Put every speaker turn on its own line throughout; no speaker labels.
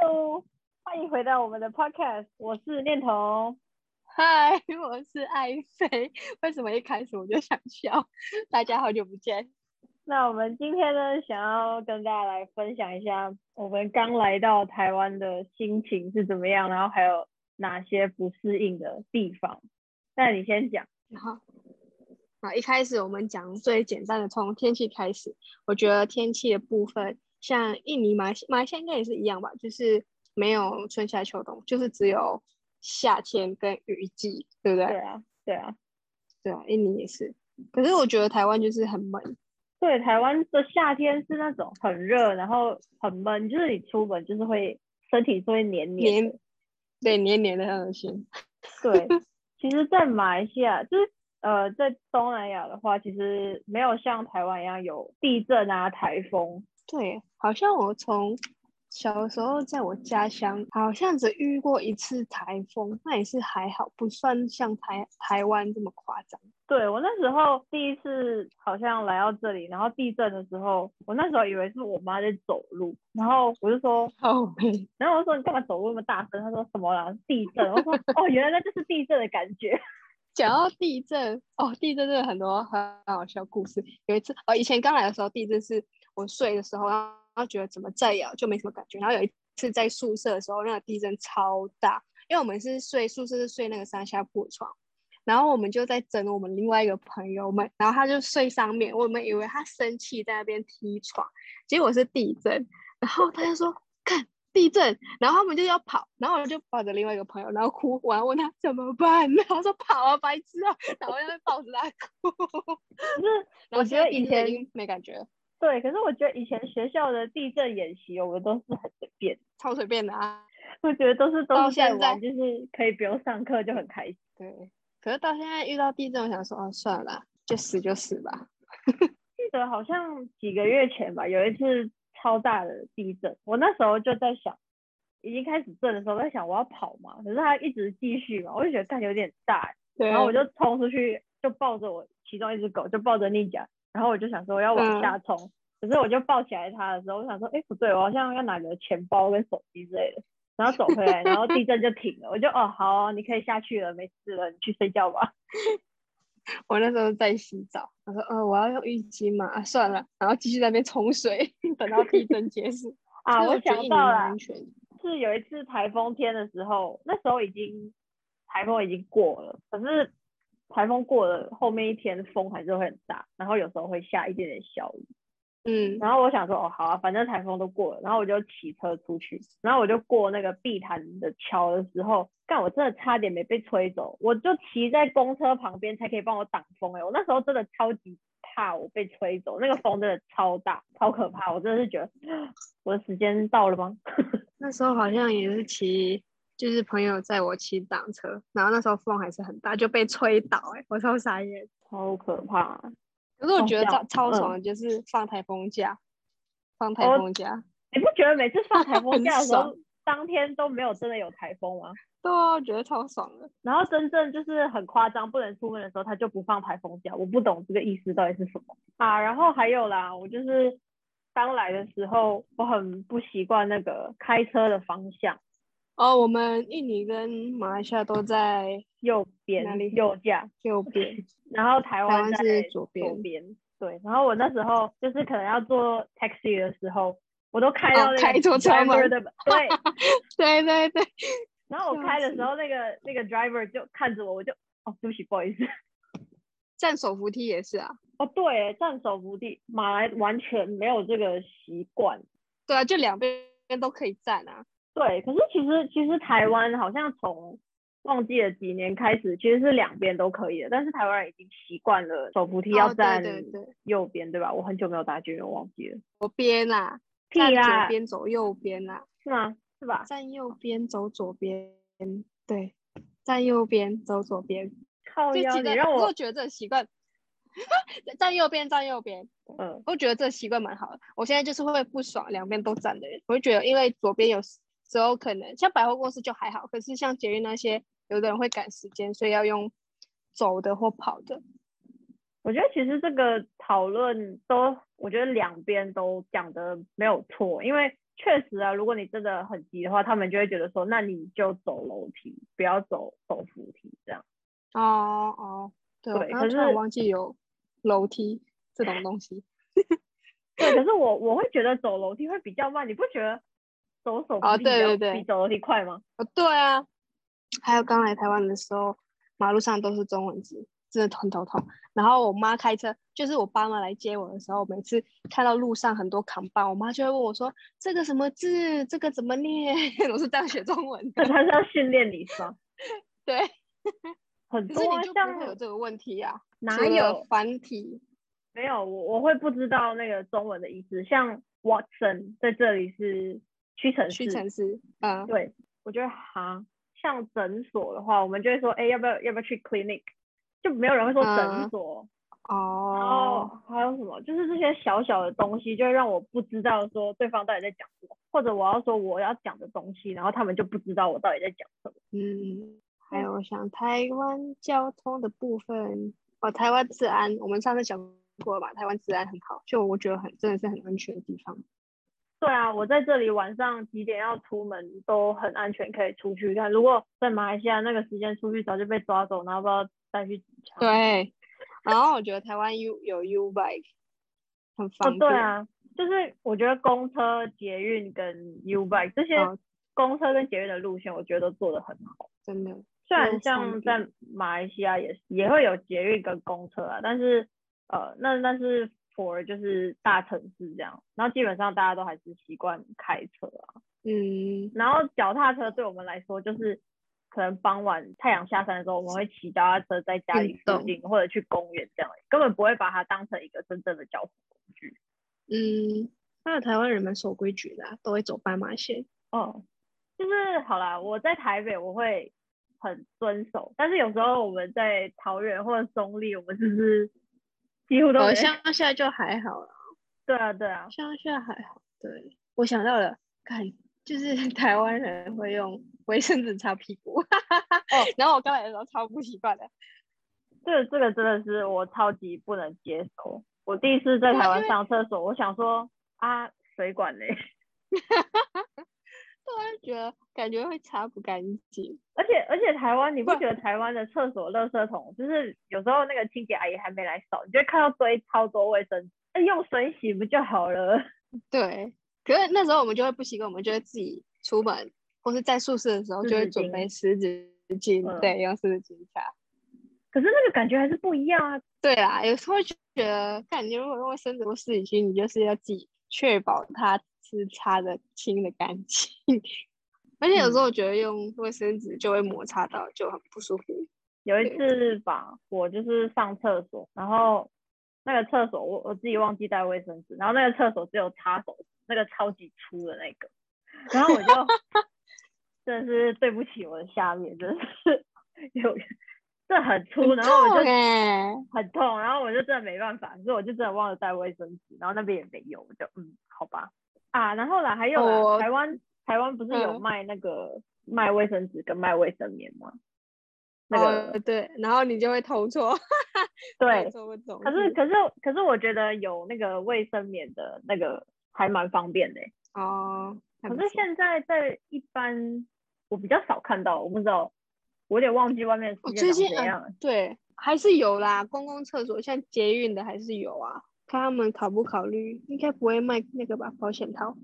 Hello，欢迎回到我们的 Podcast，我是念头。
嗨，我是爱妃。为什么一开始我就想笑？ 大家好久不见。
那我们今天呢，想要跟大家来分享一下我们刚来到台湾的心情是怎么样，然后还有哪些不适应的地方。那你先讲。
好，好，一开始我们讲最简单的，从天气开始。我觉得天气的部分，像印尼、马来西马来西亚应该也是一样吧，就是没有春夏秋冬，就是只有夏天跟雨季，对不对？
对啊，对啊，
对啊，印尼也是。可是我觉得台湾就是很闷，
对，台湾的夏天是那种很热，然后很闷，就是你出门就是会身体是会黏黏的。
黏，对，黏黏的很恶心。
对，其实，在马来西亚，就是呃，在东南亚的话，其实没有像台湾一样有地震啊、台风。
对，好像我从小时候在我家乡，好像只遇过一次台风，那也是还好，不算像台台湾这么夸张。
对我那时候第一次好像来到这里，然后地震的时候，我那时候以为是我妈在走路，然后我就说，
好呗，
然后我就说你干嘛走路那么大声？她说什么啦？地震。我说哦，原来那就是地震的感觉。
讲到地震，哦，地震真的很多很好笑故事。有一次，哦，以前刚来的时候，地震是我睡的时候，然后然后觉得怎么再摇就没什么感觉。然后有一次在宿舍的时候，那个地震超大，因为我们是睡宿舍是睡那个上下铺的床，然后我们就在整我们另外一个朋友们，然后他就睡上面，我们以为他生气在那边踢床，结果是地震，然后他就说看地震，然后他们就要跑，然后我就抱着另外一个朋友，然后哭，我还问他怎么办， 然后说跑啊，白痴啊， 然后在那边抱着他哭，
可是
然
我
后
觉
现在
得以
地震
前
已经没感觉了，
对，可是我觉得以前学校的地震演习，我们都是很随便，
超随便的啊。
我觉得都是都
到
是在
现在
玩，就是可以不用上课就很开心。
对，可是到现在遇到地震，我想说，哦，算了啦，就死就死吧。
记得好像几个月前吧，有一次超大的地震，我那时候就在想，已经开始震的时候我在想我要跑嘛，可是它一直继续嘛，我就觉得干有点大，
对，
然后我就冲出去，就抱着我其中一只狗，就抱着丽甲，然后我就想说我要往下冲，可是我就抱起来它的时候，我想说，哎不对，我好像要拿个钱包跟手机之类的，然后走回来，然后地震就停了，我就哦好啊你可以下去了，没事了，你去睡觉吧。
我那时候在洗澡，我说，哦，我要用浴巾嘛，啊，算了，然后继续在那边冲水，等到地震结 束。
啊，
所以
我
我觉得
想
印尼
到
蛮
了
安。全嗯的
是有一次台风天的时候，那时候已经台风已经过了，可是台风过了后面一天风还是会很大，然后有时候会下一点点小雨。
嗯，
然后我想说，哦，好啊，反正台风都过了，然后我就骑车出去，然后我就过那个碧潭的桥的时候，干，我真的差点没被吹走，我就骑在公车旁边才可以帮我挡风、欸，哎，我那时候真的超级怕我被吹走，那个风真的超大，超可怕，我真的是觉得 我的时间到了吗？
那时候好像也是骑，就是朋友载我骑挡车，然后那时候风还是很大，就被吹倒、欸，我超傻眼。
超可怕！
可是我
好
觉得
笑
超超
嗯
爽的，就是放台风假，放台
哦
风假，
你不觉得每次放台风
很
假的时
爽
候，当天都没有真的有台风吗？
对啊，我觉得超爽的。
然后真正就是很夸张，不能出门的时候，他就不放台风假。我不懂这个意思到底是什么啊。然后还有啦，我就是刚来的时候，我很不习惯那个开车的方向，
哦，我们印尼跟马来西亚都在
右
哪
边
里
右驾，
右边，
然后台
台
湾
湾
在
是左边
左。边。对，然后我那时候就是可能要坐 taxi 的时候，我都开
哦
到那个
开错车
driver
门
的门，对，
对对对，
然后我
笑
开的
死
时候，那个那个 driver 就看着我，我就哦，对不起，不好意思。
站手扶梯也是啊。
哦，对，站手扶地，马来完全没有这个习惯。
对啊，就两边都可以站啊。
对，可是其实其实台湾好像从忘记了几年开始，其实是两边都可以的，但是台湾人已经习惯了手扶梯要
哦
站
对对对，
右边，对吧？我很久没有搭捷运，我忘记了。
左边啊，
屁
站
啦
左，边走右边啊，
是吗？是吧？
站右边走左边，对，站右边走左边。
靠
就
腰，
记
你
得，
让
我
我，
觉得这个习惯， 站右边，站右边。
嗯，
我觉得这个习惯蛮好的。我现在就是会不爽两边都站的人，我就觉得因为左边有时时候可能像百货公司就还好，可是像捷运那些，有的人会赶时间，所以要用走的或跑的。
我觉得其实这个讨论都，我觉得两边都讲的没有错，因为确实啊，如果你真的很急的话，他们就会觉得说，那你就走楼梯，不要走走扶梯这样。
哦哦，对，我
对可
刚刚突然
是
忘记有楼梯这种东西。
对，可是我我会觉得走楼梯会比较慢，你不觉得走手
哦
扶梯比
对
较
对对
比走楼梯快吗？
哦，对啊，还有刚来台湾的时候，马路上都是中文字，真的很头痛。然后我妈开车，就是我爸妈来接我的时候，每次看到路上很多扛棒，我妈就会问我说：“这个什么字？这个怎么念？” 我是这样学中文
那
的。
他是要训练你是吗？
对，
很
可
多
是
啊
你就
像
不会有这个问题啊，除
哪
了
有
繁体
没有我我会不知道那个中文的意思，像 Watson 在这里是屈臣氏，
屈臣氏，嗯，
对，我觉得哈，像诊所的话，我们就会说，哎，要不要要不要去 clinic？就没有人会说
嗯
诊所，然
哦，
后还有什么？就是这些小小的东西，就会让我不知道说对方到底在讲什么，或者我要说我要讲的东西，然后他们就不知道我到底在讲什么。
嗯，还有我想台湾交通的部分，哦，台湾治安，我们上次讲过吧，台湾治安很好，就我觉得很真的是很安全的地方。
对啊，我在这里晚上几点要出门都很安全，可以出去看。如果在马来西亚那个时间出去，早就被抓走，然后不知道带去几枪。
对， 然后我觉得台湾 U 有 U bike 很
哦
方，便。
对啊，就是我觉得公车、捷运跟 U Bike 这些
哦
公车跟捷运的路线，我觉得都做得很好。
真的，
虽然
都方
像在马来西亚也是也会有捷运跟公车啊，但是呃，那那是 for 就是大城市这样，然后基本上大家都还是习惯开车啊。
嗯，
然后脚踏车对我们来说就是。可能傍晚太阳下山的时候，我们会骑脚踏车在家
运
里附
动
近或者去公园这样，根本不会把它当成一个真正的交通工具。
嗯，还有台湾人蛮守规矩的啊、都会走斑马线。
哦，就是好啦，我在台北我会很遵守，但是有时候我们在桃园或者中立，我们
嗯
就是几乎都
哦，
没。
乡下就还好啦，
对啊，对啊，
乡下还好。对，我想到了，看， 就是台湾人会用卫生纸擦屁股。
哦
然后我刚来的时候超不习惯的，
这个这个真的是我超级不能接受。我第一次在
对啊
台
因
湾
为
上厕所，我想说啊，水管嘞，
我就觉得感觉会擦不干净。
而且而且台湾，你不
对
觉得台湾的厕所垃圾桶，就是有时候那个清洁阿姨还没来扫，你就会看到堆超多卫生纸，哎用水洗不就好了？
对，可是那时候我们就会不习惯，我们就会自己出门或是在宿舍的时候
湿
就会
纸
准
巾
备湿纸巾，
嗯
对，用湿纸巾擦。
可是那个感觉还是不一样啊，
对啦，有时候就觉得，感觉如果用卫生纸或湿纸巾，你就是要自己确保它是擦的清的干净。 而且
嗯
有时候我觉得用卫生纸就会摩擦到，就很不舒服。
有一
对
次吧，我就是上厕所，然后那个厕所我我自己忘记带卫生纸，然后那个厕所只有擦手那个超级粗的那个，然后我就 真的是对不起我的下面，真的是有这很粗，然后我就
哎、
很痛，然后我就真的没办法，可是我就真的忘了带卫生纸，然后那边也没有，我就嗯，好吧啊，然后啦，还有啦
我
台湾台湾不是有
哦嗯
卖那个、卖卫生纸跟卖卫生棉吗？那个、
哦对，然后你就会偷错，
对
偷，错不走
可是可是可是，我觉得有那个卫生棉的那个还蛮方便的欸。
哦，还
可
不
是
错
现在在一般我比较少看到，我不知道，我有点忘记外面
哦
世界
最近
长怎
呃
样了。
对，还是有啦，公共厕所像捷运的还是有啊，看他们考不考虑，应该不会卖那个吧，保险套。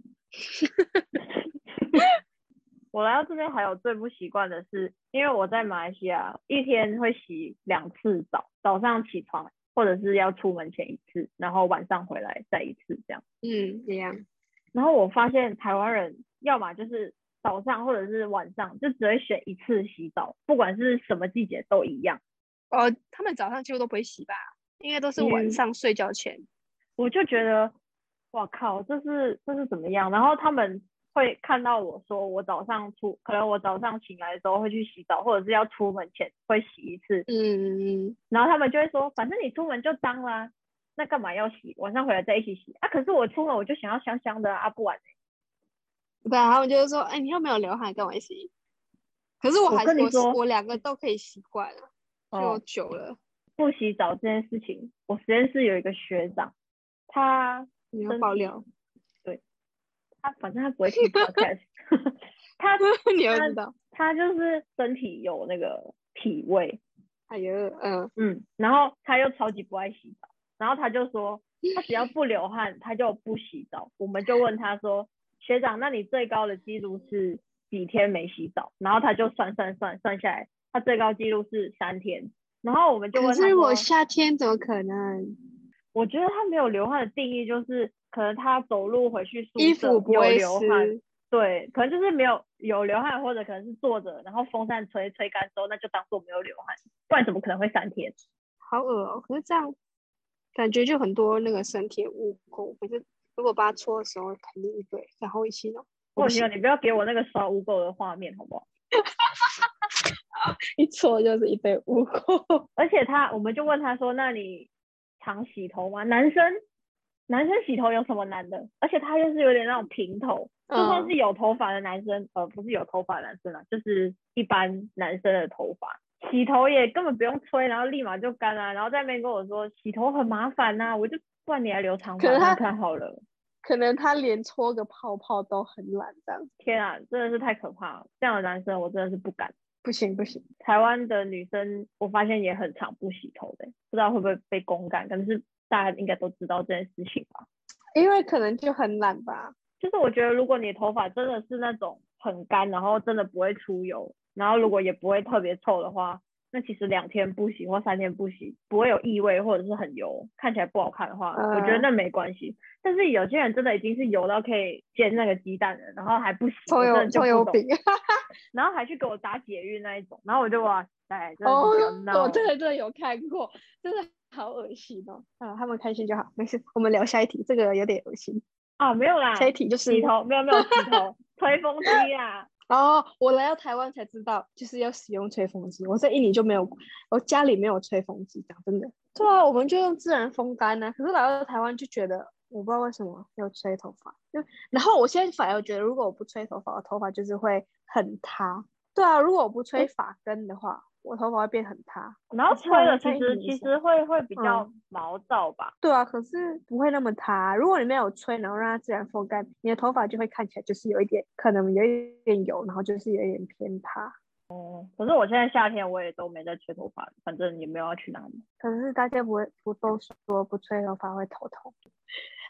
我来到这边还有最不习惯的是，因为我在马来西亚一天会洗两次澡，早上起床或者是要出门前一次，然后晚上回来再一次这样。
嗯，一样。
然后我发现台湾人要么就是早上或者是晚上，就只会选一次洗澡，不管是什么季节都一样。
哦，他们早上几乎都不会洗吧？应该都是晚
嗯
上睡觉前。
我就觉得，哇靠，这是这是怎么样？然后他们会看到我说我早上出，可能我早上醒来的时候会去洗澡，或者是要出门前会洗一次，
嗯，嗯
然后他们就会说，反正你出门就脏啦，那干嘛要洗？晚上回来再一起洗啊？可是我出门我就想要香香的啊，啊不然
不然他们就会说：“哎，你又没有流汗，干嘛洗？”可是我
我
还
跟
是
你
我是
说
我两个都可以习惯啊，就
哦
久了。
不洗澡这件事情，我实验室有一个学长，他
你要
真
爆
的
料？
他反正他不会听 podcast，他
你又知道，
他就是身体有那个体味，
哎呦，嗯，
嗯，然后他又超级不爱洗澡，然后他就说他只要不流汗，他就不洗澡。我们就问他说，学长，那你最高的记录是几天没洗澡？然后他就算算算算下来，他最高记录是三天。然后我们就
可
问他
是我
说，
夏天怎么可
嗯
能？
我觉得他没有流汗的定义就是，可能他走路回去宿
衣
舍
服不
有
会
流汗，
湿，
对，可能就是没有有流汗，或者可能是坐着，然后风扇吹吹干之后，那就当做没有流汗，不然怎么可能会三天？
好恶哦。可是这样感觉就很多那个身体的污垢，可是如果把它搓的时候肯定一堆，然后一起弄。
我
我
朋友，哦你不要给我那个刷污垢的画面，好不好？
一搓就是一堆污垢。
而且他，我们就问他说：“那你常洗头吗？”男生，男生洗头有什么难的？而且他又是有点那种平头，就算
嗯
是有头发的男生，呃，不是有头发的男生啦，就是一般男生的头发，洗头也根本不用吹，然后立马就干啊啦、然后在那边跟我说洗头很麻烦呐、我就不然你来留长
可
发
是他
看看好了。
可能他连搓个泡泡都很懒，这样
天啊，真的是太可怕了！这样的男生我真的是不敢。
不行不行。
台湾的女生，我发现也很常不洗头的、不知道会不会被公干，但是大家应该都知道这件事情吧。
因为可能就很懒吧，
就是我觉得，如果你的头发真的是那种很干，然后真的不会出油，然后如果也不会特别臭的话，那其实两天不洗或三天不洗，不会有异味或者是很油，看起来不好看的话，我觉得
嗯
那没关系。但是有些人真的已经是油到可以煎那个鸡蛋了，然后还不洗，
葱
我真
油
的就
葱
不
油
懂
饼。
然后还去给我打解郁那一种，然后我就哇塞，真的
哦
是不要，闹
我真的真的有看过，真的好恶心哦。啊，他们开心就好，没事。我们聊下一题，这个有点恶心。
啊，没有啦，
下一题就是
洗头没有没有洗头，吹风机啊，
哦，我来到台湾才知道，就是要使用吹风机。我在印尼就没有，我家里没有吹风机，讲真的。对啊，我们就用自然风干呢、可是来到台湾就觉得，我不知道为什么要吹头发，就然后我现在反而觉得，如果我不吹头发，我头发就是会很塌。对啊，如果我不吹发根的话，我头发会变很塌。
然后
可是
吹
好
了
像
其
在
实
印尼
其
是
实会会比较毛躁吧，
对啊，可是不会那么塌。啊如果你没有吹，然后让它自然风干，你的头发就会看起来就是有一点，可能有一点油，然后就是有一点偏塌。
可是我现在夏天我也都没在吹头发，反正也没有要去哪里。
可是大家不会不都说不吹头发会头痛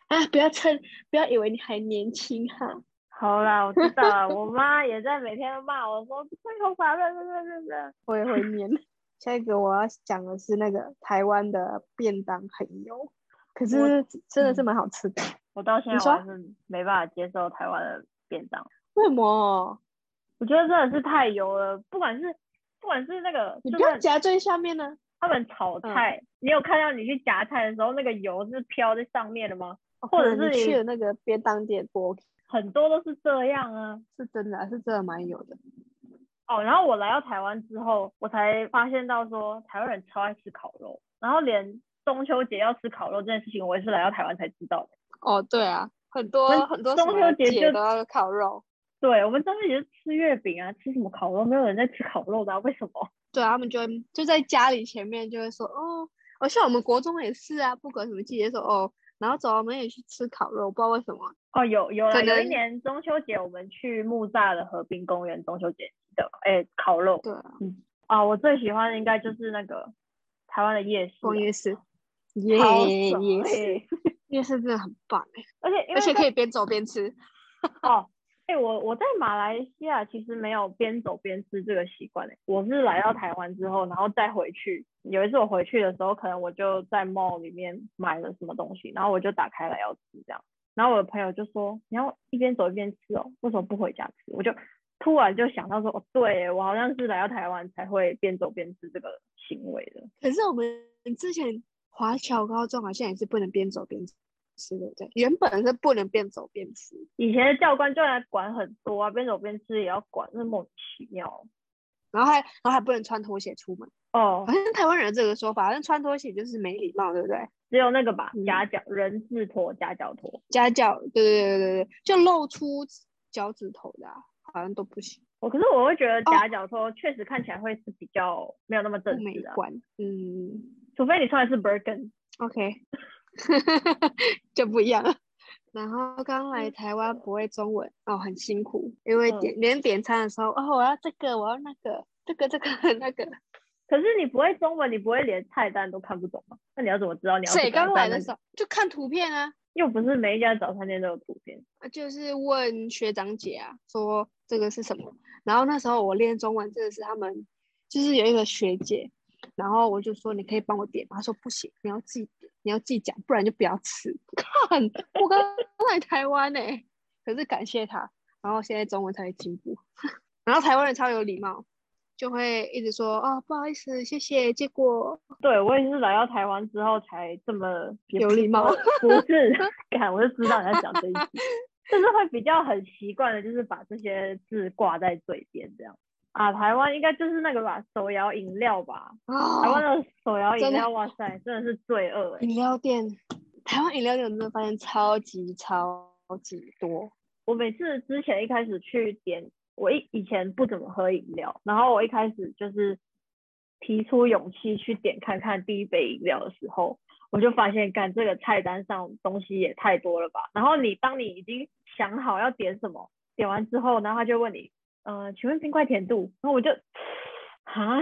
啊？不要趁不要以为你还年轻哈。
好啦，我知道了，我妈也在每天骂我说吹头发了，了了了
我也会念。 下一个我要讲的是那个台湾的便当很油，可是真的是蛮好吃的。
我到现
你
在
说
我还是没办法接受台湾的便当，
为什么？
我觉得真的是太油了，不管是不管是那个，
你
就
不要
是
夹最下面呢、
他们炒
嗯
菜，你有看到你去夹菜的时候，那个油是飘在上面的吗？
哦
或
可
者
能
是
你
你
去的那个便当店不 OK，
很多都是这样啊。
是真的啊、是真的蛮油的。
哦，然后我来到台湾之后，我才发现到说台湾人超爱吃烤肉，然后连中秋节要吃烤肉这件事情，我也是来到台湾才知道的。
哦，对啊，很多很多
中
什
秋
么
节就
都要烤肉。
对我们中秋节就吃月饼啊，吃什么烤肉？没有人在吃烤肉的啊、为什么？
对啊，他们就会就在家里前面就会说哦，哦，像我们国中也是啊，不管什么季节说哦，然后走，我们也去吃烤肉，不知道为什么。
哦，有有啦，
可
有一
能
年中秋节我们去木栅的河滨公园中秋节的哎烤肉
对啊，
啊、我最喜欢的应该就是那个台湾的夜市啊、
逛夜市，耶
好爽
夜市，
欸
夜市真的很棒欸，
而且因为
而且
在
可以边走边吃。
哦，哎、我我在马来西亚其实没有边走边吃这个习惯、欸，我是来到台湾之后，然后再回去。有一次我回去的时候，可能我就在 mall 里面买了什么东西，然后我就打开来要吃这样。然后我的朋友就说：“你要一边走一边吃哦，为什么不回家吃？”我就突然就想到说：“哦，对欸，我好像是来到台湾才会边走边吃这个行为的。
可是我们之前华侨高中好像也是不能边走边吃，对不对？原本是不能边走边吃，
以前的教官就来管很多啊，边走边吃也要管，那莫名其妙
然后还然后还不能穿拖鞋出门。
哦
好。像台湾人有这个说法，好像穿拖鞋就是没礼貌，对不对？
只有那个吧，
嗯
夹脚人字拖、夹脚拖。
夹脚，对对对对对，就露出脚趾头的啊、好像都不行，
我哦可是我会觉得
哦
夹脚拖确实看起来会是比较没有那么
不
正
美
式的啊，
观。嗯
除非你穿的是 Birkin。
，OK，就不一样了。然后刚来台湾不会中文，哦，很辛苦，因为
嗯
点、连点餐的时候，哦，我要这个，我要那个，这个这个 那个。
可是你不会中文，你不会连菜单都看不懂吗？那你要怎么知道你要
所以
去哪
刚来
站
的
呢
时候就看图片啊，
又不是每一家早餐店都有图片，
啊就是问学长姐啊，说这个是什么。然后那时候我练中文，真的是他们就是有一个学姐，然后我就说你可以帮我点吗，她说不行，你要自己点，你要自己讲，不然就不要吃。 看我刚来台湾呢、可是感谢她，然后现在中文才会进步。 然后台湾人超有礼貌，就会一直说哦不好意思，谢谢。结果
对我也是来到台湾之后才这么也
有
不是
礼貌
说不是，看我就知道你要讲这一 句，就是会比较很习惯的，就是把这些字挂在嘴边这样啊。台湾应该就是那个吧，手摇饮料吧，台
啊
湾，的手摇饮
真的
料，哇塞，真的是罪恶哎、
饮料店，台湾饮料店我真的发现超级超级多。
我每次之前一开始去点，我一以前不怎么喝饮料，然后我一开始就是提出勇气去点看看第一杯饮料的时候，我就发现，干这个菜单上东西也太多了吧。然后你当你已经想好要点什么，点完之后，然后他就问你，呃，请问冰块甜度？然后我就，啊，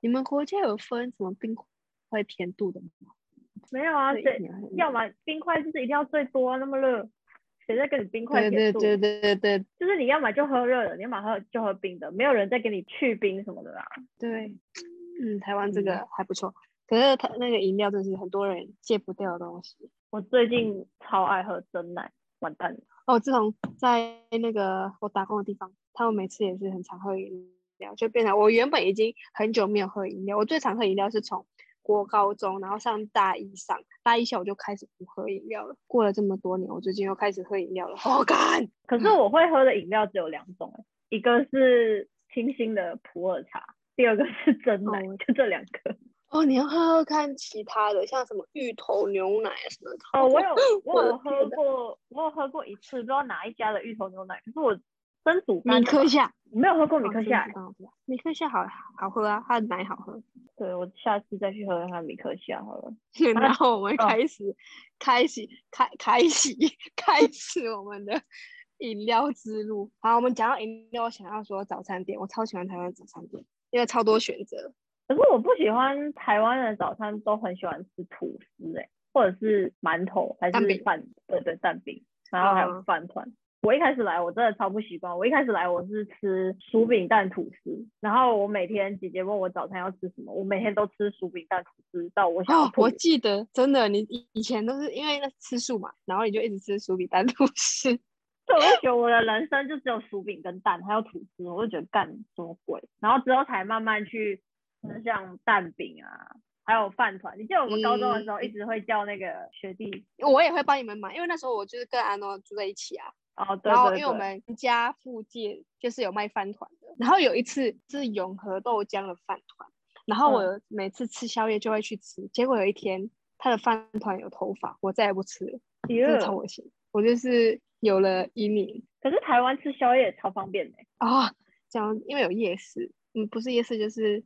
你们国家有分什么冰块甜度的吗？
没有啊，
对
谁要么冰块就是一定要最多啊，那么热，谁在跟你冰块
对
甜度？
对对对对
就是你要么就喝热的，你要么喝就喝冰的，没有人再给你去冰什么的啦。
对，嗯，台湾这
嗯
个还不错，可是它那个饮料真是很多人戒不掉的东西。
我最近超爱喝真奶，完蛋了。
哦，自从在那个我打工的地方，他们每次也是很常喝饮料，就变成我原本已经很久没有喝饮料，我最常喝饮料是从国高中，然后上大一上，大一下我就开始不喝饮料了。过了这么多年，我最近又开始喝饮料了，好干！
可是我会喝的饮料只有两种、欸，一个是清新的普洱茶，第二个是真奶，
哦
就这两个。
哦，你要喝喝看其他的，像什么芋头牛奶啊什么的。
哦， 我有我有
的天
喝
哪
过，我有喝过一次，不知道哪一家的芋头牛奶，可是我真煮
米
单
克夏，
我没有喝过米
哦
克
真
夏、
不
欸
知，道不知道米克夏好好喝啊，它的奶好喝。
对我下次再去喝喝看米克夏好了。
然后我们
哦
开始、开始开开始 开始我们的饮料之路。好，我们讲到饮料，我想要说早餐店，我超喜欢台湾早餐店，因为超多选择。
可是我不喜欢台湾的早餐，都很喜欢吃吐司、欸，或者是馒头，还
蛋
是
饼
饭，对对，蛋饼，然后还有
嗯
饭团。我一开始来，我真的超不习惯。我一开始来，我是吃薯饼蛋吐司，然后我每天姐姐问我早餐要吃什么，我每天都吃薯饼蛋吐司到我想要
哦，
吐。
我记得真的，你以以前都是因为那吃素嘛，然后你就一直吃薯饼蛋 吐司。
对，我就觉得我的人生就只有薯饼跟蛋，还有吐司，我就觉得干什么鬼。然后之后才慢慢去吃像蛋饼啊，还有饭团。你记得我们高中的时候
嗯
一直会叫那个学弟
我也会帮你们买，因为那时候我就是跟阿诺住在一起啊，
哦，对
然后
对
因为
对
我们家附近就是有卖饭团的，然后有一次是永和豆浆的饭团，然
嗯
后我每次吃宵夜就会去吃，结果有一天他的饭团有头发，我再也不吃了，真的超
哟
恶心。我就是有了阴影
可是台湾吃宵夜也超方便的欸、
啊，这样因为有夜市，嗯，不是夜市就是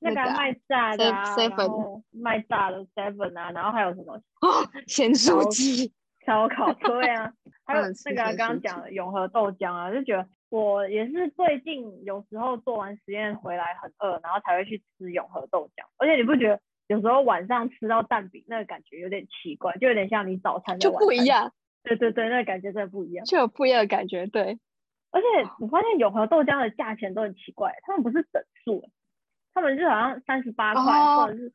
那个
个
啊、
啊
卖炸的啊，
，seven-
然后卖炸的 seven 啊，然后还有什么
哦 咸
小
酥鸡，
烧烤对啊，还有
嗯是
那个啊
是
刚
是
刚讲的永和豆浆啊，就觉得我也是最近有时候做完实验回来很饿，然后才会去吃永和豆浆，而且你不觉得？有时候晚上吃到蛋饼，那个感觉有点奇怪，就有点像你早餐的
就
晚
不一
餐。
样，
对对对，那个感觉真的不一样。
就有不一样的感觉。对，
而且我发现永和豆浆的价钱都很奇怪，他们不是整数欸，他们就好像三十八块，
哦
或者是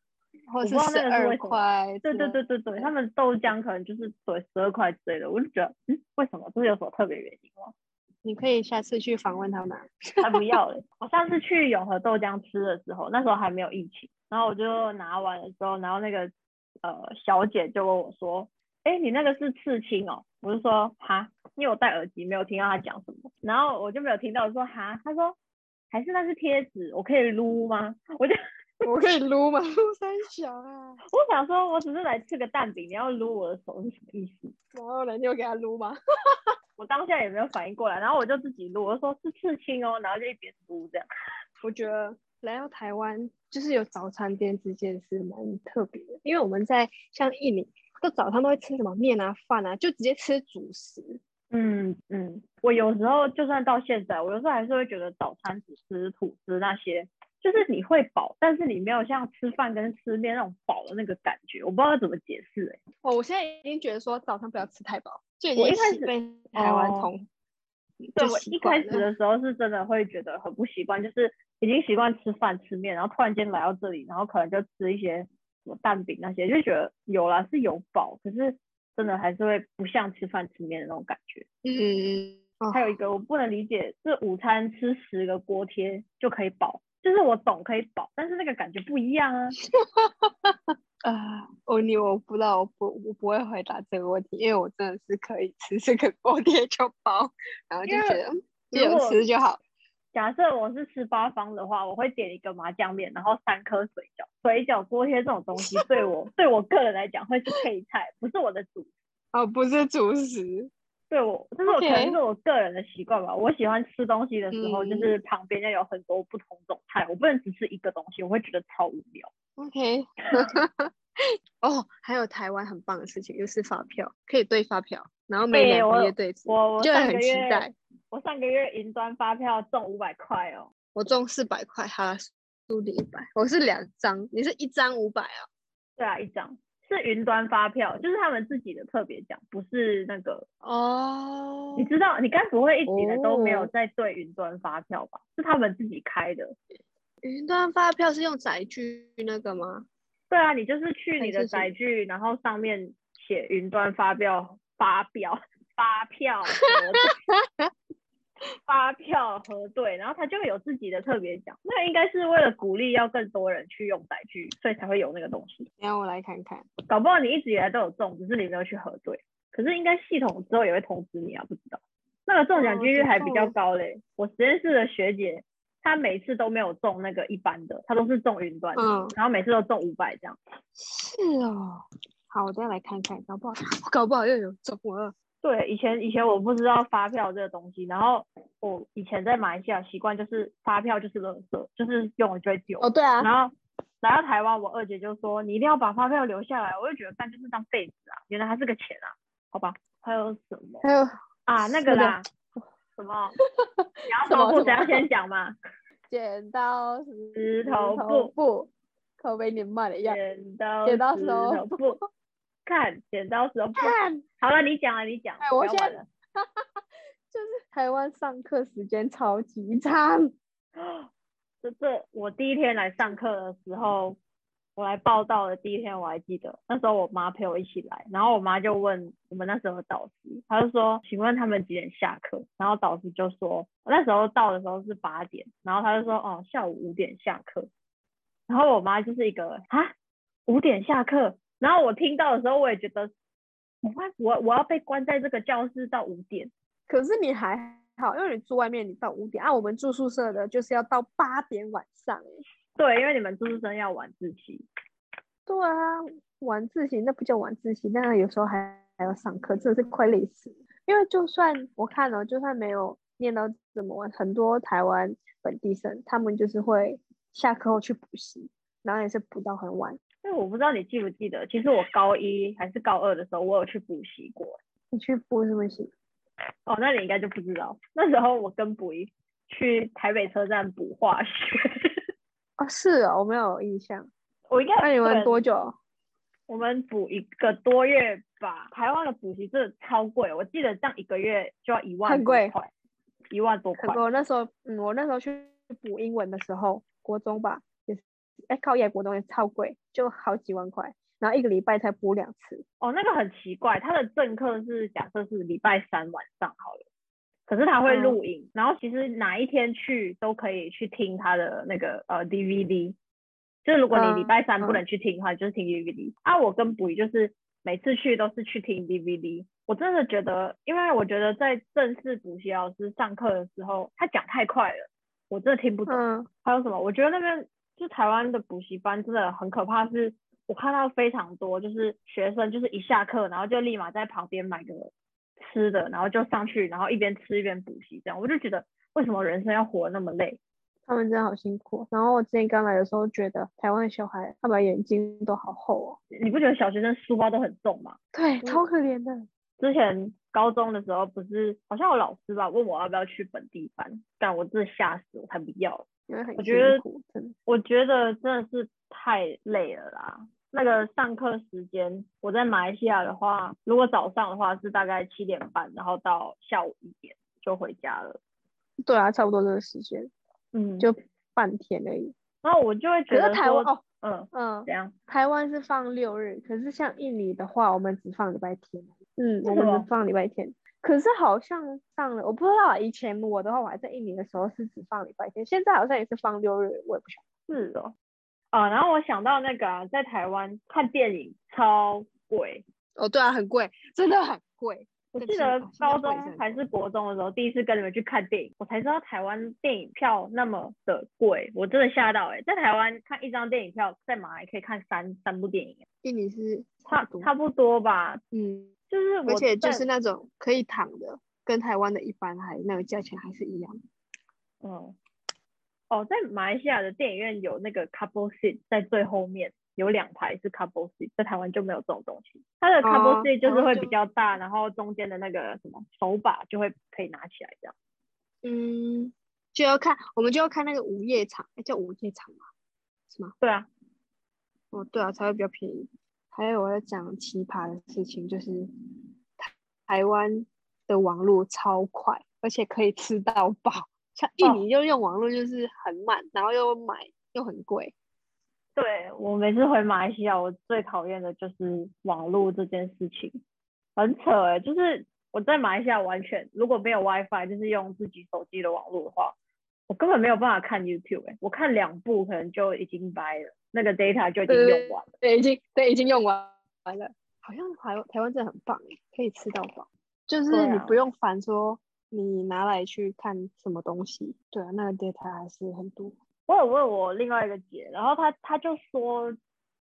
或
我
者
不
是
知道那
十
个是为
二
什么
块之
对
类的，
对对对对，他们豆浆可能就是对十二块之类的，我就觉得嗯，为什么这是有什么特别原因吗？
你可以下次去访问他们啊。
他不要了。我上次去永和豆浆吃的时候，那时候还没有疫情，然后我就拿完了之后，然后那个呃小姐就问我说：“哎，你那个是刺青哦？”我就说：“哈，因为我戴耳机没有听到她讲什么，然后我就没有听到我说哈，她说还是那是贴纸，我可以撸吗？” 我就
我可以撸 吗？撸三小啊，
我想说，我只是来吃个蛋饼，你要撸我的手是什么意思？
然后呢，你有给他撸吗？
我当下也没有反应过来，然后我就自己撸，我就说是刺青哦，然后就一边撸这样。
我觉得来到台湾就是有早餐店这件事蛮特别的，因为我们在像印尼，就早上都会吃什么面啊、饭啊，就直接吃主食。
嗯嗯，我有时候就算到现在，我有时候还是会觉得早餐只吃吐司那些，就是你会饱，但是你没有像吃饭跟吃面那种饱的那个感觉。我不知道怎么解释、欸，
哦，我现在已经觉得说早上不要吃太饱，就已
我
经
一开
习
始
被台湾
哦
同。
对
就
我
习
一
惯
开始
了
的时候是真的会觉得很不习惯，就是已经习惯吃饭吃面，然后突然间来到这里，然后可能就吃一些什么蛋饼那些，就觉得有啦是有饱，可是真的还是会不像吃饭吃面的那种感觉。
嗯，哦
还有一个我不能理解，是午餐吃十个锅贴就可以饱，就是我懂可以饱，但是那个感觉不一样啊。
啊，我你我不知道，我不我不会回答这个问题，因为我真的是可以吃这个锅贴就饱，然后就
因为
觉得嗯就
如
有
果
吃就好。
假设我是吃八方的话，我会点一个麻酱面，然后三颗水饺。水饺、锅贴这种东西，对我对我个人来讲会是配菜，不是我的主。
哦，不是主食，
对我，这是我可能
OK 嗯
是我个人的习惯吧。我喜欢吃东西的时候，就是旁边要有很多不同种菜，我不能只吃一个东西，我会觉得超无聊。
OK，哦， 还有台湾很棒的事情就是发票，可以对发票，然后每
对
两
我
个月对一次，
我我
就会
上个
很期
月
待。
我上个月云端发票中五百块哦，
我中四百块，好了，输你一百，我是两张，你是一张五百啊？
对啊，一张是云端发票，就是他们自己的特别奖，不是那个。
哦
你知道，你该不会一直以来都没有
哦
在对云端发票吧？是他们自己开的。
云端发票是用载具那个吗？
对啊，你就是去
还
你
是
的
什么
载具，然后上面写云端发票发票发票核发票核对，然后它就会有自己的特别奖。那应该是为了鼓励要更多人去用载具，所以才会有那个东西。
等一下我来看看。
搞不好你一直以来都有中，只是你没有去核对。可是应该系统之后也会通知你啊，不知道。那个中奖
哦
几率
知
还比
道
较
了
高嘞。我实验室的学姐，她每次都没有中那个一般的，她都是中云端的，
嗯，
然后每次都中五百这样。
是哦。好，我再来看看，搞不好 搞不好又有中了。
对，以前以前我不知道发票这个东西，然后我以前在马来西亚习惯就是发票就是垃圾，就是用了就会丢。
哦，对啊，
然后来到台湾，我二姐就说你一定要把发票留下来，我就觉得但就是当被子啊，原来它是个钱啊，好吧？还有什么
还有
啊？那个
那个
啦， 什 么？你要
什么
说不
什
谁要
么
先讲 嘛？
剪刀
石头
头
布，
布，口碑年卖的样。
剪刀
剪刀
石
石头
头布， 看剪刀石头布。
看，
好了，你讲啊，你讲。
哎我
不要
现在
玩了
就是台湾上课时间超级长，
这这，我第一天来上课的时候，我来报道的第一天我还记得，那时候我妈陪我一起来，然后我妈就问我们那时候的导师，她就说，请问他们几点下课？然后导师就说，我那时候到的时候是八点，然后他就说，哦，下午五点下课。然后我妈就是一个啊，五点下课。然后我听到的时候，我也觉得，我妈我我要被关在这个教室到五点。
可是你还好，因为你住外面，你到五点啊，我们住宿舍的就是要到八点晚上、欸。
对，因为你们住宿生要晚自习。
对啊，晚自习那不叫晚自习，那有时候还还要上课，真的是快累死了。因为就算我看了、就算没有念到这么晚，很多台湾本地生他们就是会下课后去补习，然后也是补到很晚。
因为我不知道你记不记得，其实我高一还是高二的时候，我有去补习过。
你去补什么习？
哦，那你应该就不知道，那时候我跟补一去台北车站补化学，
哦，是哦，我没有印象。
我应该
那你们
对
多久？啊
我们补一个多月吧。台湾的补习真的超贵，我记得这样一个月就要一万
很
多
贵
块，一万多块
可。我那时候，嗯，我那时候去补英文的时候，国中吧，也是，哎，高一国中也超贵，就好几万块，然后一个礼拜才补两次。
哦，那个很奇怪，他的正课是假设是礼拜三晚上好了，可是他会
嗯
录影，然后其实哪一天去都可以去听他的那个呃 DVD，就是如果你礼
嗯
拜三不
嗯
能去听的话，你就是听 DVD。啊，我跟补仪就是每次去都是去听 DVD。我真的觉得，因为我觉得在正式补习老师上课的时候，他讲太快了，我真的听不懂。
嗯，
还有什么？我觉得那边就台湾的补习班真的很可怕，是我看到非常多，就是学生就是一下课，然后就立马在旁边买个吃的，然后就上去，然后一边吃一边补习，这样我就觉得为什么人生要活得那么累？
他们真的好辛苦。哦然后我之前刚来的时候，觉得台湾的小孩他们眼睛都好厚哦，
你不觉得小学生书包都很重吗？
对，
嗯
超可怜的。
之前高中的时候，不是好像有老师吧问我要不要去本地班，但我真的吓死，我才不要。
因为很
我
辛
觉得
苦，真的。
我觉得真的是太累了啦。那个上课时间，我在马来西亚的话，如果早上的话是大概七点半，然后到下午一点就回家了。
对啊，差不多这个时间，
嗯，
就半天而已。
然后我就会觉
可
得
是台湾
说
哦，
嗯，
嗯，
怎样？
台湾是放六日，可是像印尼的话，我们只放礼拜天。嗯，
为
我
什
们
么
只放礼拜天。可是好像上了，我不知道啊。以前我的话，我还在印尼的时候是只放礼拜天，现在好像也是放六日，我也不晓
是哦，啊，然后我想到那个啊、在台湾看电影超贵，
得。哦，对啊，很贵，真的很贵。
我
对
记
是
得
哦现在
高
贵是
中
很
还是国中的时候，第一次跟你们去看电影，我才知道台湾电影票那么的贵，我真的吓到哎、在台湾看一张电影票，在马来可以看三三部电影欸，
印尼是
差
差不多，
差不多吧，
嗯，
就是
而
我
且就
在
是那种可以躺的，跟台湾的一般还那个价钱还是一样。
嗯，哦，在马来西亚的电影院有那个 couple seat，在最后面有两排是 couple seat，在台湾就没有这种东西。它的 couple
哦
seat 就是
哦
会
就
比较大，然后中间的那个什么手把就会可以拿起来这样。
嗯，就要看，我们就要看那个午夜场，诶叫午夜场嘛，是吗？
对啊，
哦，对啊，才会比较便宜。还有我要讲奇葩的事情，就是台台湾的网络超快，而且可以吃到饱。像印
哦
尼就用网络就是很慢，然后又买又很贵。
对我每次回马来西亚，我最讨厌的就是网络这件事情，很扯哎、就是我在马来西亚完全如果没有 WiFi，就是用自己手机的网络的话，我根本没有办法看 YouTube 哎、我看两部可能就已经掰了，那个 data 就已经
对
用完了。
对，已经对已经用完完了。好像台湾台湾真的很棒诶，可以吃到饱，就是
对
你
啊
不用烦说你拿来去看什么东西。对啊，那个 data 还是很多。
我有问我另外一个姐，然后她她就说，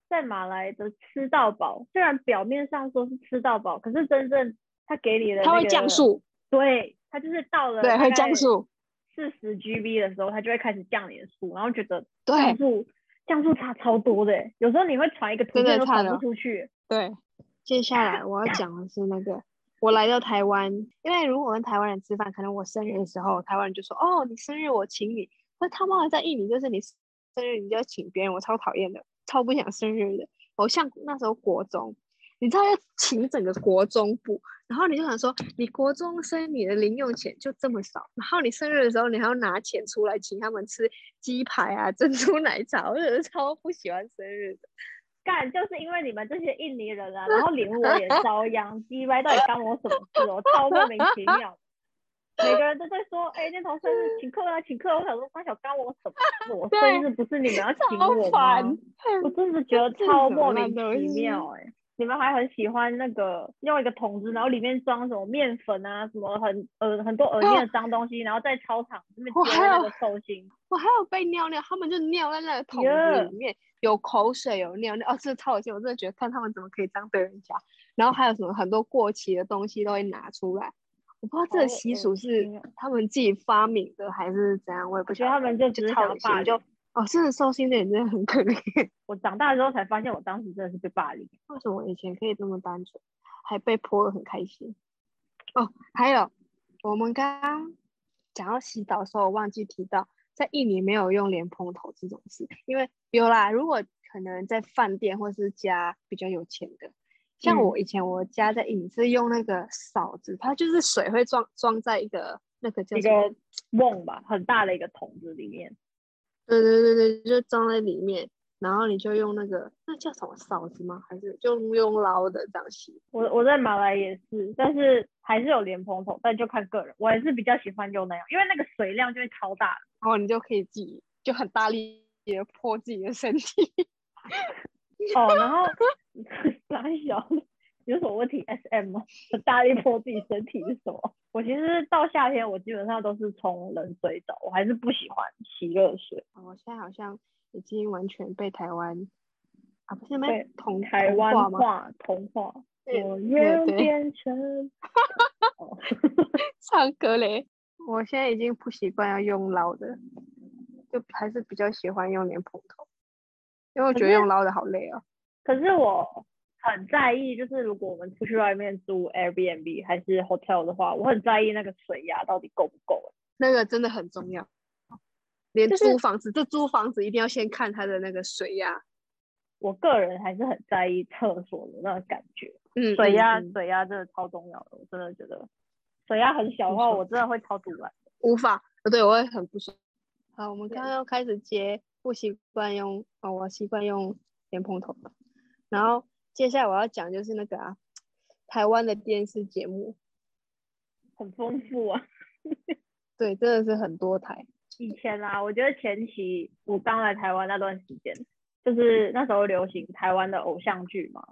在马来的吃到饱，虽然表面上说是吃到饱，可是真正他给你的、那
它
个、
会降，速，
对，他就是到了
对，会降速，
四十 GB 的时候，他就会开始降你的速，然后觉得
对
降速降速差超多的欸，有时候你会传一个图
真的
片都
差
传
了
不出去，
对，接下来我要讲的是那个，我来到台湾，因为如果跟台湾人吃饭，可能我生日的时候，台湾人就说：“哦，你生日我请你。”那他妈的在印尼就是你生日你就要请别人，我超讨厌的，超不想生日的。我像那时候国中，你知道要请整个国中部，然后你就想说，你国中生你的零用钱就这么少，然后你生日的时候你还要拿钱出来请他们吃鸡排啊、珍珠奶茶，我真的超不喜欢生日的。
干就是因为你们这些印尼人 啊，然后连我也遭殃，鸡歪到底干我什么事哦，超莫名其 妙。每个人都在说，哎、那头生日请客啊，请客啊！我想说，发小干我什么事？我
对
生日不是你们要请
超
我
烦
吗？我真的觉得超莫名
这是什么烂东
其
西
妙哎、你们还很喜欢那个用一个桶子，然后里面装什么面粉啊，什么很呃很多恶心的脏东西，然后在操场这边丢
我哦还
那
有
个寿星，
我还有被尿尿，他们就尿在那个桶子
Yeah
里面，有口水，有尿尿，哦，这超恶心！我真的觉得看他们怎么可以这样对人家。然后还有什么很多过期的东西都会拿出来，我不知道这
好
个习
恶
俗是
心哦
他们自己发明的还是怎样，我也不
我
晓
觉
得。
得他们就只
就是超
想
恶
霸
心，就
凌。
哦，真的受心的人真的很可怜。
我长大之后才发现，我当时真的是被霸凌。
为什么我以前可以这么单纯，还被泼得很开心？哦，还有我们刚刚讲到洗澡的时候，我忘记提到，在印尼没有用莲蓬头这种事，因为有啦，如果可能在饭店或是家比较有钱的，像
嗯
我以前我家在印尼是用那个勺子，它就是水会装装在一个那个叫
一
什么
个瓮吧，很大的一个桶子里面。
对对对对，就装在里面，然后你就用那个那叫什么勺子吗？还是就用捞的这样洗？
我我在马来也是，但是还是有莲蓬头，但就看个人。我还是比较喜欢用那样，因为那个水量就会超大。
然后你就可以自己就很大力的泼自己的身体。
哦，然后傻小，有什么问题？SM 吗？大力泼自己身体是什么？我其实到夏天，我基本上都是冲冷水澡，我还是不喜欢洗热水。
我哦现在好像已经完全被台湾啊，不是
被
被同
台
同
湾
化吗？
话童话，
对
我
对
愿
对，
变成哦
唱歌嘞！我现在已经不习惯要用捞的，就还是比较喜欢用莲蓬头，因为我
可
觉得
是
用捞的好累啊。
可是我很在意，就是如果我们出去外面租 Airbnb 还是 hotel 的话，我很在意那个水压到底够不够、欸。
那个真的很重要。连
就是
租房子，这租房子一定要先看它的那个水压，
我个人还是很在意厕所的那个感觉，
嗯，
水
嗯
压、
嗯
水压真的超重要的，我真的觉得水压很小的话，
没错
我真的会超堵啊然。
无法，呃对我会很不爽。好，我们
对
刚刚要开始接，不习惯用，哦，我习惯用莲蓬头的。然后接下来我要讲就是那个啊，台湾的电视节目，
很丰富啊。
对，真的是很多台，
以前啊，我觉得前期我刚来台湾那段时间，就是那时候流行台湾的偶像剧嘛，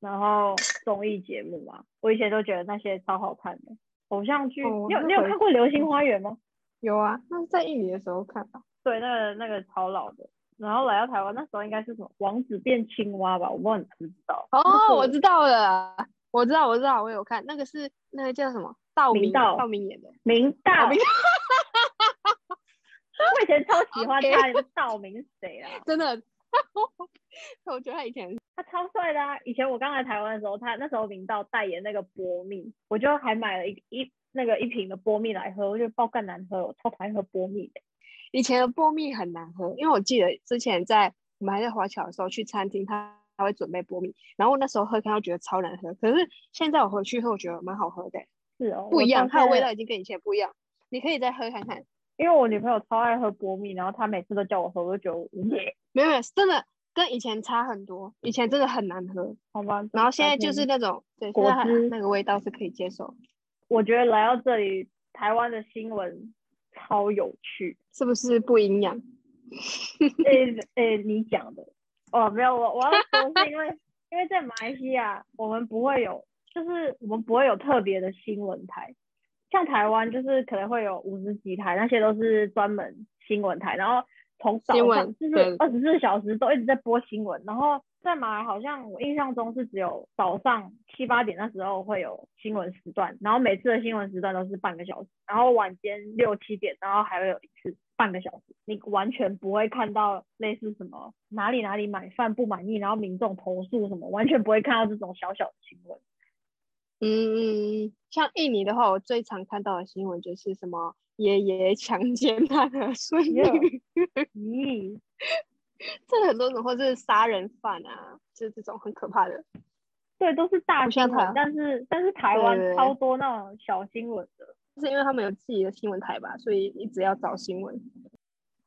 然后综艺节目嘛，我以前都觉得那些超好看的偶像剧。
哦
你有
那嗯
你有
会
看过《流星花园》吗？
有啊，那是在印尼的时候看吧，
对，那个那个超老的。然后来到台湾那时候应该是什么王子变青蛙吧，我不知道你知不知道。那
哦，我
个
知道了，我知道，我知道，我有看，那个是那个叫什么？道
明
明，
道
道明演的，
明道，
明
我以前超喜欢
OK
他的道明谁啊？
真的，我觉得他以前
他超帅的啊！以前我刚来台湾的时候，他那时候明道代言那个波蜜，我就还买了一一那个一瓶的波蜜来喝，我觉得爆干难喝，我超讨厌喝波蜜的。
以前的波蜜很难喝，因为我记得之前在我们还在华侨的时候去餐厅，他他会准备波蜜，然后那时候喝看到觉得超难喝，可是现在我回去喝，我觉得蛮好喝的，欸
是哦，
不一样，它
他
的味道。已经跟以前不一样。你可以再喝看看，
因为我女朋友超爱喝波蜜，然后她每次都叫我喝，我就觉得嗯
没有没有，真的跟以前差很多，以前真的很难喝，
好吧。
然后现在
改天
就是那种对，
果
现在
汁
那个味道是可以接受，
我觉得来到这里，台湾的新闻超有趣。
是不是不营养？
诶诶，哎你讲的哦，没有，我我要说是因为因为在马来西亚，我们不会有，就是我们不会有特别的新闻台，像台湾就是可能会有五十几台，那些都是专门新闻台，然后从早
新
上
闻
就是
对
二十四小时都一直在播新闻，然后在马来好像我印象中是只有早上七八点那时候会有新闻时段，然后每次的新闻时段都是半个小时，然后晚间六七点，然后还会有一次半个小时，你完全不会看到类似什么哪里哪里买饭不满意，然后民众投诉什么，完全不会看到这种小小的新闻。
嗯嗯，嗯，像印尼的话，我最常看到的新闻就是什么爷爷强奸他的孙女
Yeah 咦，
这很多种，或者是杀人犯啊，就是这种很可怕的。
对，都是大
不
新
像台
闻，但是但是台湾
对对对
超多那种小新闻的。
就是因为他们有自己的新闻台吧，所以一直要找新闻。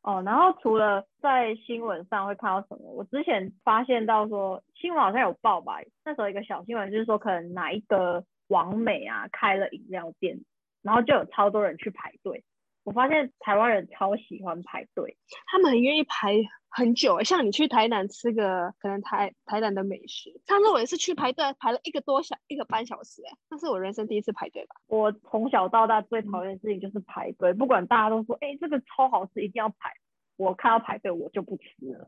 哦，然后除了在新闻上会看到什么，我之前发现到说新闻好像有报吧，那时候一个小新闻就是说可能哪一个王美啊开了饮料店，然后就有超多人去排队。我发现台湾人超喜欢排队，
他们很愿意排很久欸，像你去台南吃个可能台台南的美食，上次我也是去排队排了一个多小一个半小时、欸，那是我人生第一次排队吧。
我从小到大最讨厌的事情就是排队，不管大家都说哎、这个超好吃，一定要排，我看到排队我就不吃了。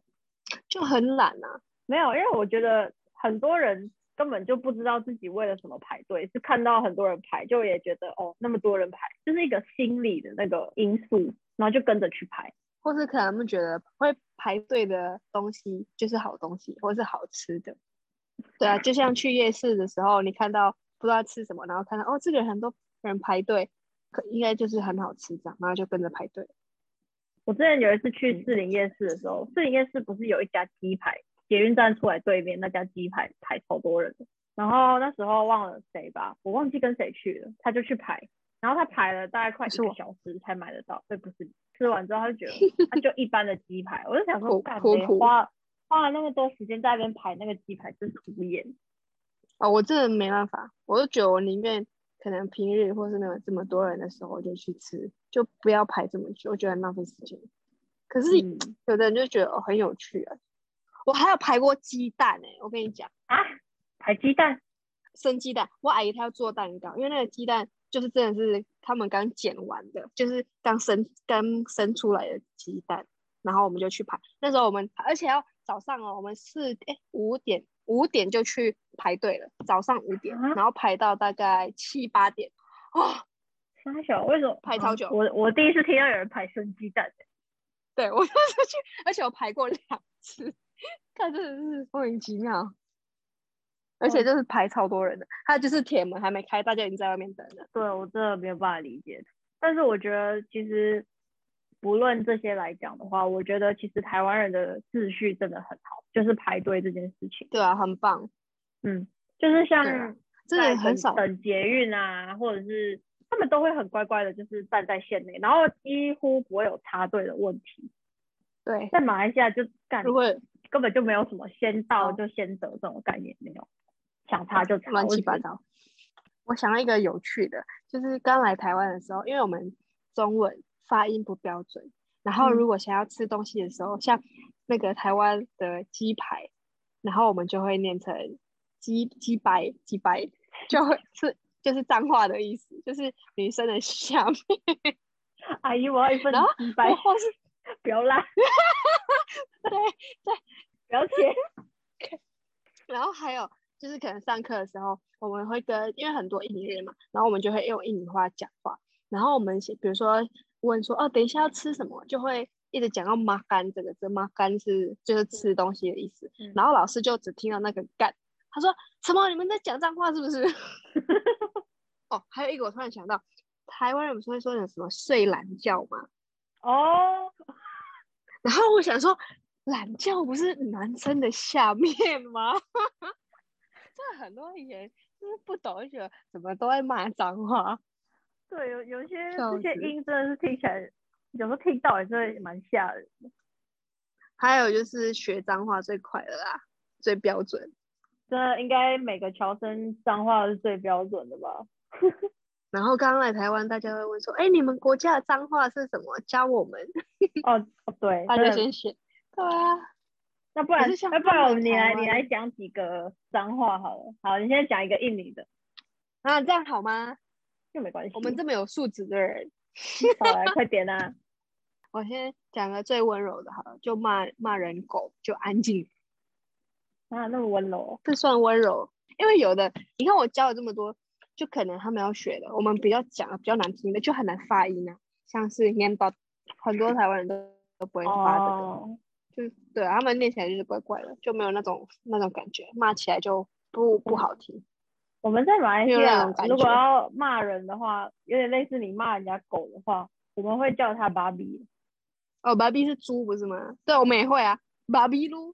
就很懒啊，
没有，因为我觉得很多人根本就不知道自己为了什么排队，是看到很多人排，就也觉得哦，那么多人排，就是一个心理的那个因素，然后就跟着去排。
或是可能他们觉得会排队的东西就是好东西，或是好吃的。对啊，就像去夜市的时候，你看到不知道吃什么，然后看到哦，这个人很多人排队，可应该就是很好吃这样，然后就跟着排队。
我之前有一次
嗯
去士林夜市的时候，士林夜市不是有一家鸡排，捷运站出来对面那家鸡排排超多人的，然后那时候忘了谁吧，我忘记跟谁去了，他就去排，然后他排了大概快一
是
个
我
小时才买得到，对，不是你吃完之后他就觉 得他就一般的鸡排，我就想说，
苦
干
苦
谁
苦
花花了那么多时间在那边排那个鸡排，真是无言。
哦，我真的没办法，我就觉得我宁愿可能平日或是没有这么多人的时候我就去吃，就不要排这么久，我觉得很浪费时间。可是
嗯
有的人就觉得、哦、很有趣啊，我还有排过鸡蛋哎、我跟你讲。
啊，排鸡蛋，
生鸡蛋，我阿姨她要做蛋糕，因为那个鸡蛋就是真的是他们刚捡完的，就是刚生刚生出来的鸡蛋，然后我们就去排。那时候我们而且要早上哦，我们四哎五点五点就去排队了，早上五点，
啊
然后排到大概七八点，哇、
沙小为什么啊
排超久
我我第一次听到有人排生鸡蛋的，
对我 就是去，而且我排过两次，看真的是莫名其妙。而且就是排超多人的，他就是铁门还没开，大家已经在外面等了。
对我真的没有办法理解。但是我觉得其实不论这些来讲的话，我觉得其实台湾人的秩序真的很好，就是排队这件事情。
对啊，很棒，
嗯，就是像
对啊真的
在
很
等
少。
等捷运啊，或者是他们都会很乖乖的，就是站在线内，然后几乎不会有插队的问题。
对，
在马来西亚就干
如，果
根本就没有什么先到
哦
就先得这种概念，没有想插就插，
乱
我
七
只
八糟。我想到一个有趣的，就是刚来台湾的时候，因为我们中文发音不标准，然后
嗯
如果想要吃东西的时候，像那个台湾的鸡排，然后我们就会念成鸡鸡白鸡白，就会是就是脏话的意思，就是女生的 下面，
阿姨，我要一份
然后
鸡白，
或是
不要 辣，
对对，
不要切。
然后还有就是可能上课的时候，我们会跟因为很多印尼人嘛，然后我们就会用印尼话讲话。然后我们先比如说问说哦，等一下要吃什么，就会一直讲到“妈干”这个字，“妈干”是就是吃东西的意思。
嗯
然后老师就只听到那个“干”，他说什么你们在讲脏话是不是？ 哦，还有一个我突然想到，台湾人不是会说有什么睡懒觉吗？
哦，
然后我想说，懒觉不是男生的下面吗？ 这很多人就是不懂，就觉得怎么都在骂脏话。
对，有有些
笑
这些
死
音真的是听起来，有时候听到也是蛮吓人。
还有就是学脏话最快的啦，最标准。
真的应该每个侨生脏话是最标准的 吧？
然后刚来台湾，大家会问说：“哎，你们国家的脏话是什么？教我们。
哦，哦对”，
他
真
就
的
先写。 对啊，
那不然
是，像
那不
他
然我
们
们你
台
来
湾
你来讲几个脏话好了。好，你先讲一个印尼的，
那这样好吗？
就没关系。
我们这么有素质的人，
好来，快点啊！
我先讲个最温柔的，好了，就骂骂人狗，就安静
啊，那么温柔，
这算温柔，因为有的你看我教了这么多，就可能他们要学的，我们比较讲的比较难听的，就很难发音啊，像是 n a m b a 很多台湾人都都不会发这个，
哦，
就是对他们念起来就是怪怪的，就没有那种那种感觉，骂起来就不不好听。
我们在马来西
没有那
亚
种感
如果
觉
要骂人的话，有点类似你骂人家狗的话，我们会叫它芭 比，
哦，芭比是猪不是吗？对，我们也会啊，芭比噜。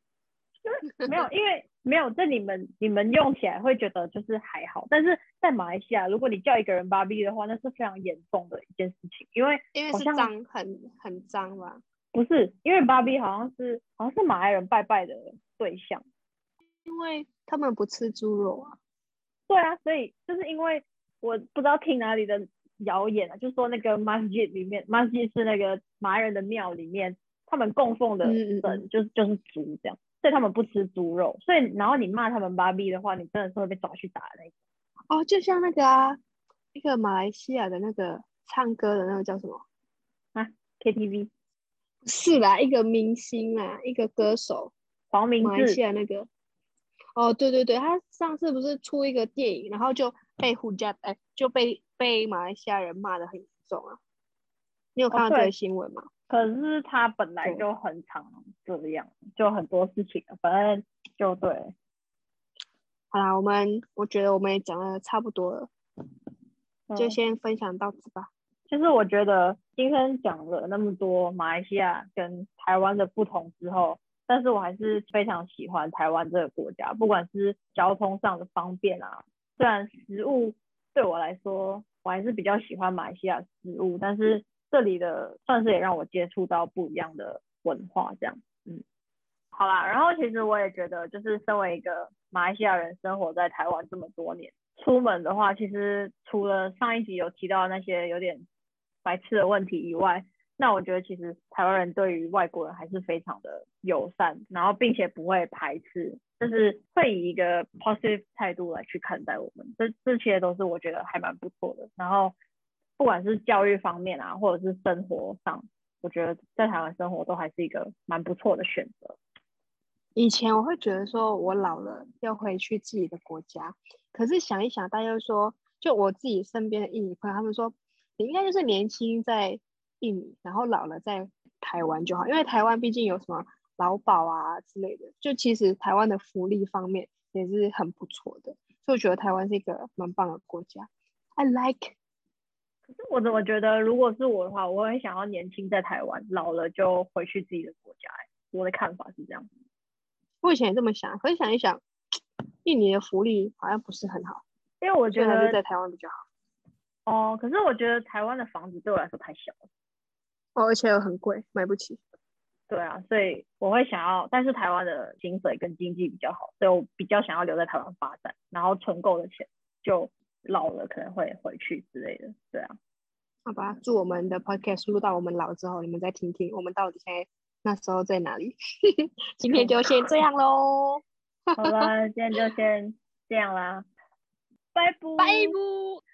没有，因为没有，这你们你们用起来会觉得就是还好，但是在马来西亚，如果你叫一个人芭比的话，那是非常严重的一件事情，因为
因为
好
是
像
脏，很很脏吧？
不是因为芭比好像是好像是马来人拜拜的对象。
因为他们不吃猪肉啊。
对啊，所以就是因为我不知道听哪里的谣言啊，就说那个 masjid 里面，masjid 是那个马来人的庙里面，他们供奉的
嗯嗯
神、
嗯
就是就是猪这样，所以他们不吃猪肉，所以然后你骂他们芭比的话，你真的是会被抓去打的那一种。
哦，就像那个啊，那个马来西亚的那个唱歌的那个叫什么？
KTV，
不是啦，一个明星啦，一个歌手，
黄明
马来西
志，
亚那个。哦，对对对，他上次不是出一个电影，然后就被胡家，哎，就被被马来西亚人骂的很严重啊。你有看到这
哦对
个新闻吗？
可是他本来
对
就很常这样，就很多事情，反正就对了。
好啦，我们我觉得我们也讲的差不多了，就
嗯
先分享到此吧。
就是我觉得今天讲了那么多马来西亚跟台湾的不同之后，但是我还是非常喜欢台湾这个国家，不管是交通上的方便啊，虽然食物对我来说，我还是比较喜欢马来西亚食物，但是这里的算是也让我接触到不一样的文化，这样，嗯，好啦，然后其实我也觉得，就是身为一个马来西亚人，生活在台湾这么多年，出门的话，其实除了上一集有提到那些有点白痴的问题以外，那我觉得其实台湾人对于外国人还是非常的友善，然后并且不会排斥，就是会以一个 positive 态度来去看待我们，这这些都是我觉得还蛮不错的。然后不管是教育方面啊，或者是生活上，我觉得在台湾生活都还是一个蛮不错的选择。
以前我会觉得说，我老了要回去自己的国家，可是想一想，大家又说，就我自己身边的印尼朋友，他们说，你应该就是年轻在印尼，然后老了在台湾就好，因为台湾毕竟有什么劳保啊之类的，就其实台湾的福利方面也是很不错的，所以我觉得台湾是一个蛮棒的国家。I like
可是我怎么觉得，如果是我的话，我会想要年轻在台湾，老了就回去自己的国家、欸。我的看法是这样。
我以前也这么想，可是想一想，印尼的福利好像不是很好，
因为我
所
觉
以还是
得
在台湾比较好。
哦，可是我觉得台湾的房子对我来说太小了。
哦，而且又很贵，买不起。
对啊，所以我会想要，但是台湾的薪水跟经济比较好，所以我比较想要留在台湾发展，然后存够的钱就老了可能会回去之类的。对啊，
好吧，祝我们的 podcast 录到我们老之后，你们再听听我们到底现在那时候在哪里。 今天就先这样喽，
好了，今天就先这样啦，拜拜
拜拜。